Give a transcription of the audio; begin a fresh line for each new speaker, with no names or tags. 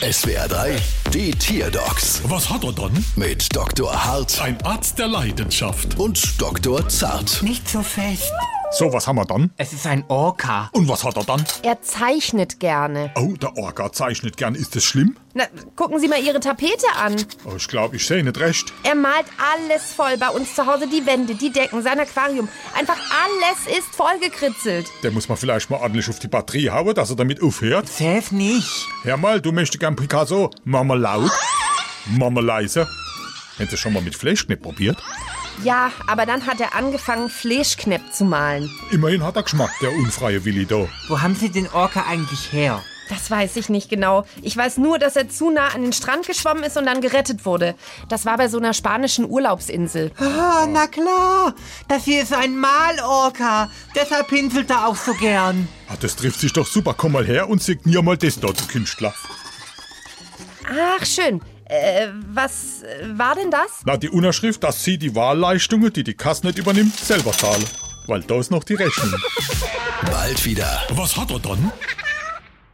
SWR 3, die Tierdocs
Was hat er dann?
mit Dr. Hart
Ein Arzt der Leidenschaft.
und Dr. Zart.
Nicht so fest.
So, was haben wir dann?
Es ist ein Orca.
Und was hat er dann?
Er zeichnet gerne.
Oh, der Orca zeichnet gern. Ist das schlimm?
Na, gucken Sie mal Ihre Tapete an.
Oh, ich glaube, ich sehe nicht recht.
Er malt alles voll bei uns zu Hause. Die Wände, die Decken, sein Aquarium. Einfach alles ist vollgekritzelt.
Der muss man vielleicht mal ordentlich auf die Batterie hauen, dass er damit aufhört.
Seth nicht.
Hör mal, du möchtest gern Picasso. Mama laut, Mama leise. Hättest du schon mal mit Fleischknepp probiert?
Ja, aber dann hat er angefangen, Fleischknepp zu malen.
Immerhin hat er Geschmack, der unfreie Willi da.
Wo haben Sie den Orca eigentlich her?
Das weiß ich nicht genau. Ich weiß nur, dass er zu nah an den Strand geschwommen ist und dann gerettet wurde. Das war bei so einer spanischen Urlaubsinsel.
Ah, na klar. Das hier ist ein Malorca. Deshalb pinselt er auch so gern.
Ah, das trifft sich doch super. Komm mal her und signier mal das da, du Künstler.
Ach, schön. Äh, was äh, war denn das?
Na, die Unterschrift, dass sie die Wahlleistungen, die die Kasse nicht übernimmt, selber zahlen. Weil da ist noch die Rechnung.
Bald wieder.
Was hat er dann?